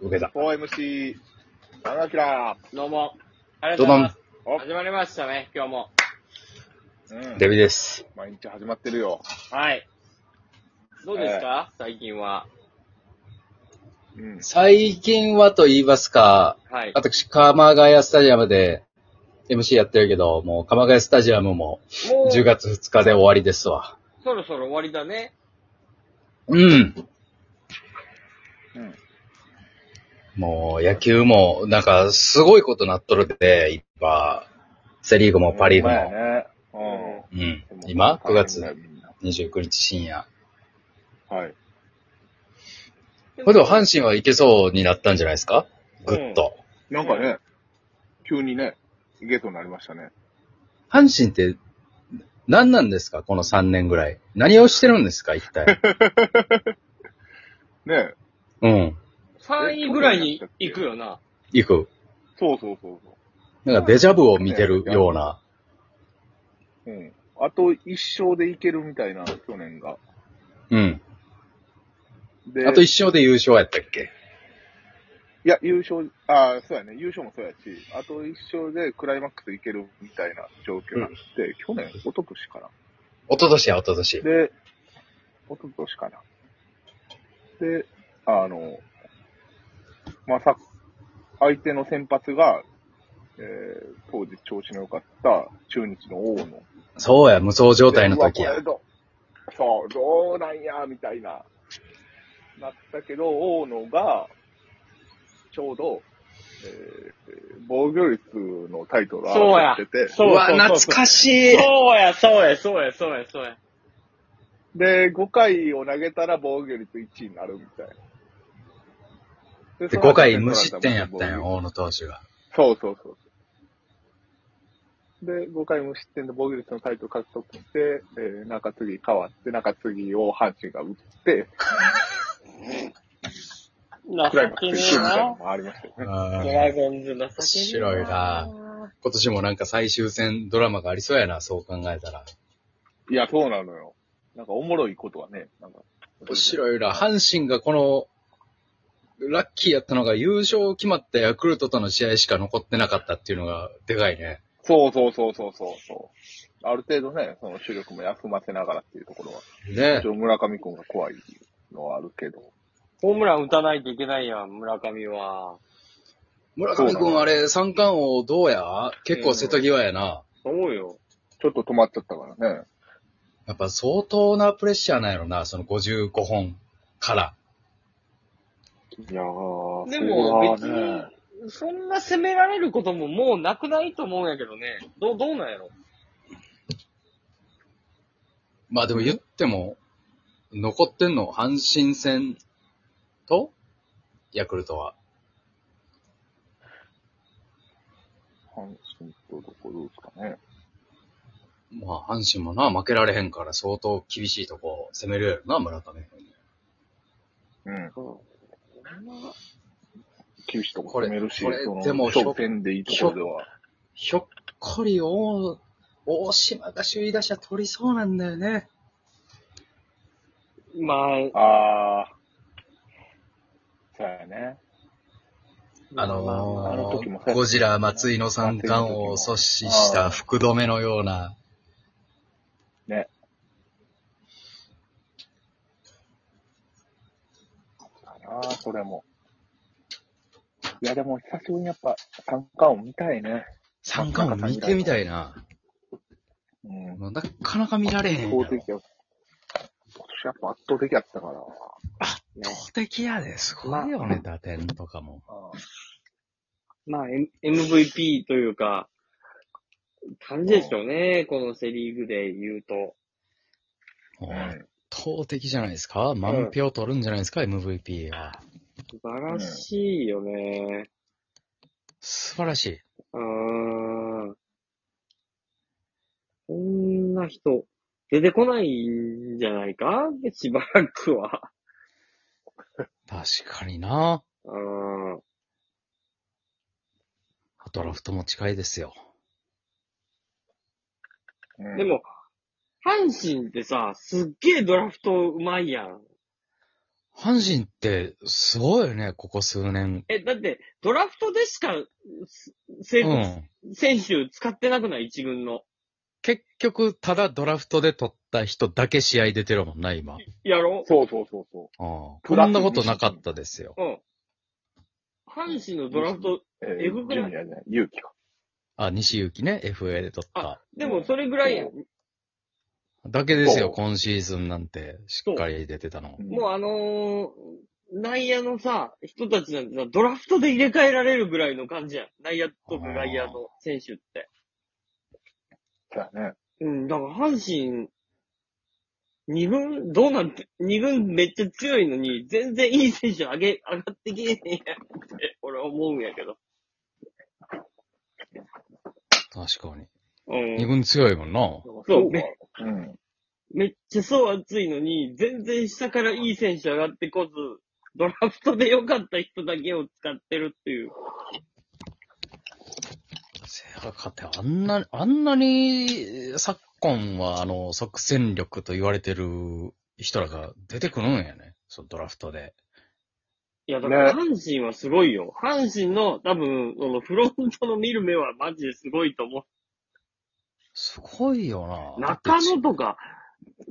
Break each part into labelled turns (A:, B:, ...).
A: 受けた。
B: OMC、長木ら。
C: どうも。ありがと
A: ど
C: う
A: うも
C: ござい
A: ん
C: ます。
B: お
C: 始まりましたね、今日も。
B: うん。
A: デビです。
B: 毎日始まってるよ。
C: はい。どうですか、最近は。
B: うん。
A: 最近はと言いますか、
C: はい。
A: 私、鎌ヶ谷スタジアムで MC やってるけど、もう鎌ヶ谷スタジアムも
C: もう、
A: 10月2日で終わりですわ。
C: そろそろ終わりだね。
A: うん。
B: うん。
A: もう野球も、なんか、すごいことなっとるで、今、セリーグもパリーグ
B: ほんま
A: も。
B: やね。うん。
A: うん
B: でも。
A: 今 ?9
B: 大
A: 月
B: 変だよみんな
A: 29日深夜。
B: はい。
A: これでも阪神はいけそうになったんじゃないですかぐっと。
B: なんかね、急にね、ゲートになりましたね。
A: 阪神って、何なんですかこの3年ぐらい。何をしてるんですか一体。
B: ね
A: うん。
C: 3位ぐらいに行くよな。
A: 行く。
B: そうそうそうそ
A: なんかデジャブを見てるような。
B: う。うん。あと一勝でいけるみたいな、去年が。
A: うん。
B: で、
A: あと
B: い
A: 一勝で優勝やったっけ
B: や、優勝、ああ、そうやね。優勝もそうやし、あと一勝でクライマックスいけるみたいな状況になって、去年、一昨年かな。
A: 一昨年や一昨年。
B: で、おととしかな。で、あの、まあ、さ、相手の先発が、えー、当時調子の良かった中日の大野。
A: そうや、無双状態の時や
B: でうわこれ。どそう、どうなんや、みたいな。なったけど、大野が、ちょうど、えー、防御率のタイトルを争ってて、
A: う
C: そう
A: わ、
C: そうそう
A: 懐かしい。
C: そうや、そうや、そうや、そうや、そうや。
B: で、5回を投げたら防御率1位になるみたいな。
A: で、5回無失点やったんや、。大野投手が。
B: そうそうそうそう。で、5回無失点で防御率のタイトル獲得して、えー中継ぎ変わって、中継ぎを阪神が打って、クライマ
C: 情
B: ッ
C: け
B: ク
C: ね
B: ス行くみた
C: え
B: いなの
C: な。
B: もありましたよね。
A: あ
C: ド
A: ー
C: ラゴンズ情けねえ
A: 面白いな今年もなんか最終戦ドラマがありそうやな、そう考えたら。
B: いや、そうなのよ。なんかおもろいことはね、なんか。
A: 面白いな。阪神がこの、ラッキーやったのが優勝決まったヤクルトとの試合しか残ってなかったっていうのがでかいね。
B: そうそうそうそうそうそう。ある程度ね、その主力も休ませながらっていうところは。
A: ね
B: 一。応村上君が怖いのはあるけど。
C: ホームラン打たないといけないやん、村上は。
A: 村上君あれ、三冠王どうや結構瀬戸際やな。
C: そうよ。
B: ちょっと止まっちゃったからね。
A: やっぱ相当なプレッシャーなんやろな、その55本から。
B: いやー
C: でも別に、そんな攻められることももうなくないと思うんやけどね。どう、どうなんやろ
A: まあでも言っても、残ってんの、阪神戦と、ヤクルトは。
B: 阪神とどこどうですかね。
A: まあ、阪神もな、負けられへんから相当厳しいとこ攻めれるな、村上君。
B: うん。
C: うん。
B: 厳しいとこ
A: これ
B: 攻めるし、
A: これ
B: その
A: でも
B: 初戦でいいところでは。
A: ひょっこり大、大島が首位打者取りそうなんだよね。
C: まあ、
B: あー。そうやね。
A: あ
C: まあまあ
B: あの
A: の
B: 時も
A: ー、ゴジラ松井の三冠王を阻止した福留のような。
B: ね。あー、それも。いや、でも久しぶりにやっぱ三冠を見たいね。
A: 三冠王見てみたいな。
B: うん。
A: なかなか見られへんやろ。
B: 強敵や。今年やっぱ圧倒的やったから。
A: 投的やで、すごいよね、打点とかも。
B: あ
C: まあ、M、MVP というか、感じでしょうね。このセリーグで言うと。
B: うん。
A: 圧倒的じゃないですか満票取るんじゃないですか、MVP は。
C: 素晴らしいよね。
A: 素晴らしい。
C: うーん。こんな人、出てこないんじゃないかしばらくは。
A: 確かにな。
C: うーん。
A: ドラフトも近いですよ。
B: うん
C: で、も、阪神ってさ、すっげえドラフトうまいやん。
A: 阪神って、すごいよね、ここ数年。
C: え、だって、ドラフトでしか、す
A: う
C: せ
A: ん。
C: 選手使ってなくない一軍の。
A: 結局、ただドラフトで取った人だけ試合出てるもんな、今。
C: やろ
B: そうそうそうそう。
A: うん。
B: プ
A: こ
B: ラス
A: んなことなかったですよ。
C: うん。阪神のドラフト、
B: えー、
C: えぐくない
B: ジュニアじゃない、勇気か。
A: あ、西行きね、FA で取った
C: あ。、でもそれぐらいやん。
A: だけです
B: そ
A: よ、
B: う
A: 今シーズンなんて、しっかり出てたの。
C: もうあのー、内野のさ、人たちなんてさ、ドラフトで入れ替えられるぐらいの感じやん。内野とか外野の選手って。
B: そうだね。
C: うん、だから阪神、二軍、どうなんて、二軍めっちゃ強いのに、全然いい選手上げ、上がってきてへんやんって、俺思うんやけど。
A: 確かに。
C: う
A: 二
C: ん。
A: 軍強いもんな。
C: そう
B: ね。うん。
C: めっちゃそう熱いのに、全然下からいい選手上がってこず、ドラフトで良かった人だけを使ってるっていう。
A: セガカってあんな、あんなに、昨今は、あの、即戦力と言われてる人らが出てくるんやね。そう、ドラフトで。
C: いや、だから
B: ね
C: 阪神はすごいよ。阪神の多分、そのフロントの見る目はマジですごいと思
A: すごいよ
C: う。
A: な。
C: 中野とか、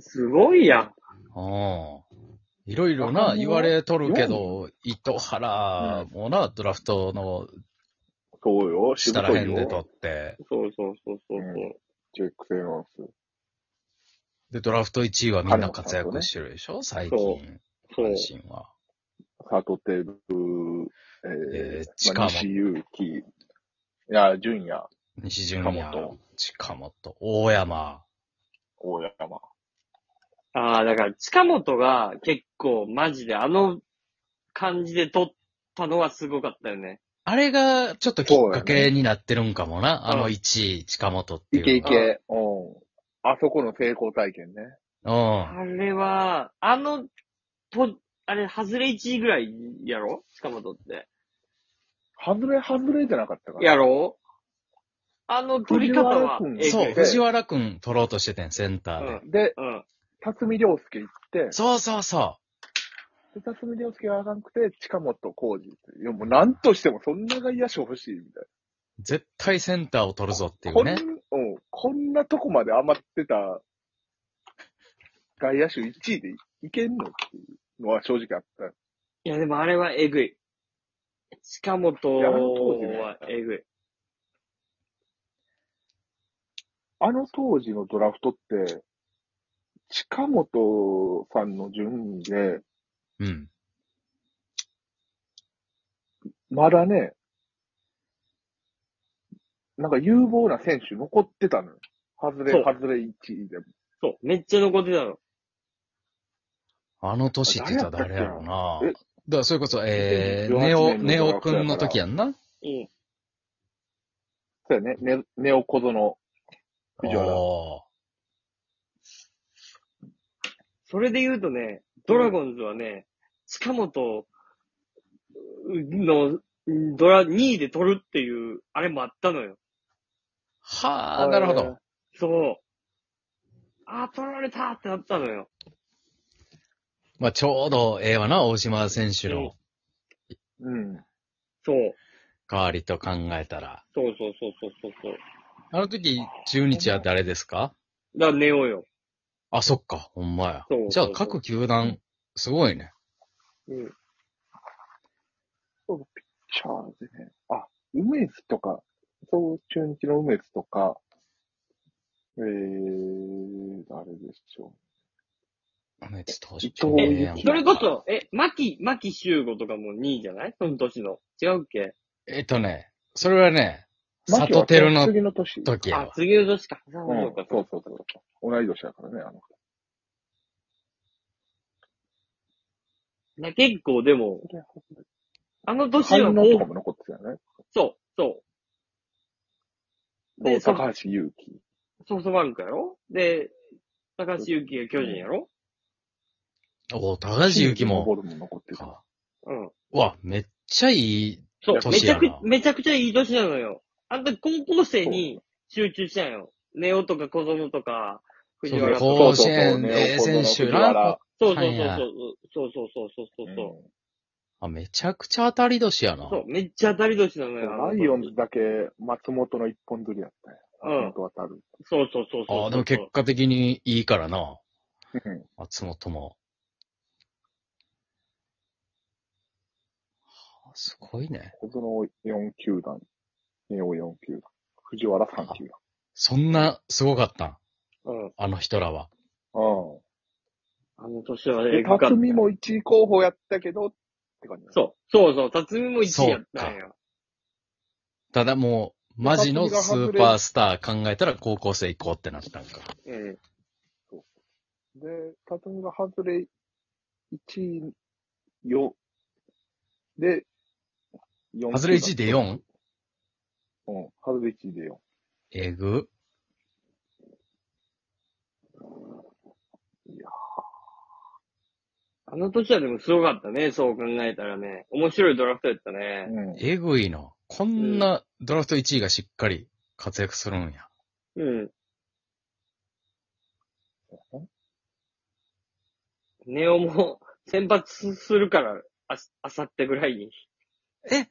C: すごいやん。
A: うん。いろいろ
B: 中野
A: な、
B: は
A: 言われとるけど、糸原もな、ドラフトの
B: そうよ。しぶ
A: 下
B: と
A: ら
B: い
A: 辺で取
B: よ。
A: って、
C: そうそうそうそう。う
B: チェックセイロンス。
A: で、ドラフト1位はみんな活躍してるでしょ最近。
C: そそう
A: 阪。神は。
B: サトテブ、
A: え
B: え
A: ー
B: ー、
A: 近
B: まあ
A: 本
B: 西勇輝、いや、ジュニア、
A: 西純也
B: 近本、
A: 近本、大山。
B: 大山。
C: ああ、だから近本が結構マジであの感じで取ったのはすごかったよね。
A: あれが、ちょっときっかけになってるんかもな。
C: う
A: あ
C: ん
A: の1位、近本ってい
B: いうけい
A: のが。
B: け。うん。あそこの成功体験ね。
A: うん。
C: あれは、あの、と、あれ、外れ1位ぐらいやろ近本って。
B: ハズレ、ハズレじゃなかったから。
C: やろあの取り方
B: 藤原、
C: は
B: 君
C: えぐい
A: そう、
B: で
A: 藤原くん取ろうとしててん、センターで。
C: うん
B: で、
C: うん。
B: 辰巳良介行って、
A: そうそうそ。
B: で辰巳良介があかんくて、近本浩二って。いや、もうなんとしてもそんな外野手欲しいみたいう
A: 絶対センターを取るぞって
B: な。
A: い
B: こ、
A: うん
B: う
A: ね。
B: ん、こんなとこまで余ってた外野手1位でいけんのっていうのは正直あった。
C: いや、でもあれはえぐい。近本
B: やあの当時ね
C: はえぐい。
B: あの当時のドラフトって、近本さんの順位で、
A: うん。
B: まだね、なんか有望な選手残ってたのよ。ハズレ、
C: そう
B: ハズレ1位でも。
C: そう。めっちゃ残ってたの。
A: あの年って言ったら誰やろうな。
B: え
A: だからそれこそ、えー、
B: 2018
A: ネオ、
B: 年の
A: ネオくんの時やんな。
C: うん。
B: そうやね。ネネオ小園、藤原。
A: お
C: それで言うとね、ドラゴンズはね、近本のドラ、2位で取るっていう、あれもあったのよ。
A: ーはあ、なるほど。
C: そう。あー、取られたってなったのよ。
A: まあ、ちょうど、ええわな、大島選手
C: うん
A: の
B: うん。
C: そう。
A: 代わりと考えたら。
C: そうそうそうそうそうそう。
A: あの時、中日は誰ですか
C: だから寝ようよ。
A: あ、そっか、ほんまや
C: そう。
A: じゃあ
C: そう、そう
A: 各球団、すごいね。
C: うん。
B: チャーズね。あ、梅津とか、そう、中日の梅津とか、えー、誰でしょ
A: 梅津投
B: 伊藤
A: ええやん
B: 幸
C: それこそ、え、牧、牧修吾とかも2位じゃないその年の。違うっけ
A: えっとね、それはね、
B: う。
A: サトテルの
B: 次の年。うん、
A: 時や
C: あ
A: わ、。
C: 次の年か。そう
B: そう
C: か、
B: そうそう同い年だからね、あの。
C: な結構でも、あの年は
B: 反
C: も
B: 応とか
C: う、
B: も残ってたよね。
C: そう、そう。で、ソ
B: 高橋祐希。
C: ソフトバンクやろで、高橋祐希が巨人やろ
A: お、高橋ゆき
B: ボ
A: も。
B: ールも残ってた。
A: か
C: うん。
A: うわ、めっちゃいい。
C: そう、め
A: 年
C: ち
A: や
C: ゃ
A: な
C: く、めちゃくちゃいい年なのよ。あんた高校生に集中したんよ。ネオとか小園とか、藤
A: そう
C: 原
A: こ
C: と。
A: 甲子園
B: そうそうそう
A: で選手
B: ネオコンの
C: そう
A: は
C: そ
A: い
C: うそう
A: はい
C: そう。そうそうそうそうそう
B: 藤原
C: そう。
A: あ、めちゃくちゃ当たり年やな。
C: そう、めっちゃ当たり年なの
B: うん
C: よ。
B: ライオンズだけ松本の一本釣りだったよ。
C: うん
B: 松本渡る。
C: そうそうそうそう。
A: ああ、でも結果的にいいからな。
B: うん
A: 松本も。はあすごいね。
B: 小園4球団、ネオ4球団、藤原3球団。
A: そんな、すごかったん
C: うん。
A: あの人らは。
B: うん。
C: あの年は
B: で、
C: えぐかった
B: 匠も1位候補やったけど、って感じ。う。
C: そう。そうそう。辰巳も1位やったんや。
A: ただもう、マジのスーパースター考えたら高校生行こうってなったんか。
C: うん。
B: で、匠が外れ1位よ、で、4
A: ハズレ1で 4?
B: うん、外れ1位で4。
A: えぐ。
C: あの年はでもすごかったね。そう考えたらね。面白いドラフトやったね。
B: うん。
A: えぐいな。こんなドラフト1位がしっかり活躍するんや。
C: うん。ネオも先発するから、あ、あさってぐらいに。
A: え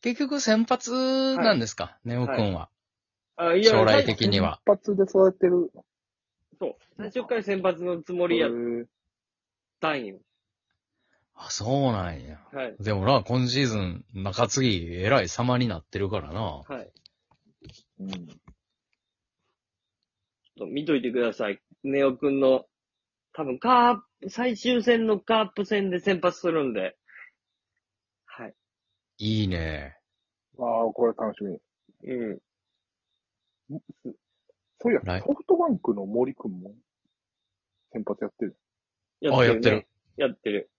A: 結局先発なんですか、ネオ君は。
C: あ、い
A: 将来的には。
B: 一発で育てる。
C: そう。最初から先発のつもりやっ
B: う
C: たんよ。
A: あ、そうなんや。
C: はい。
A: でもな、今シーズン、中継ぎ、えらい様になってるからな。
C: はい。
B: ん。
C: ちょっと見といてください。ネオくんの、多分カープ、最終戦のカープ戦で先発するんで。はい。
A: いいね。
B: ああ、これ楽しみ。
C: うん。
B: そういや、
A: 来
B: ソフトバンクの森くんも、先発やってる。
A: あ、やってる。
C: やってる。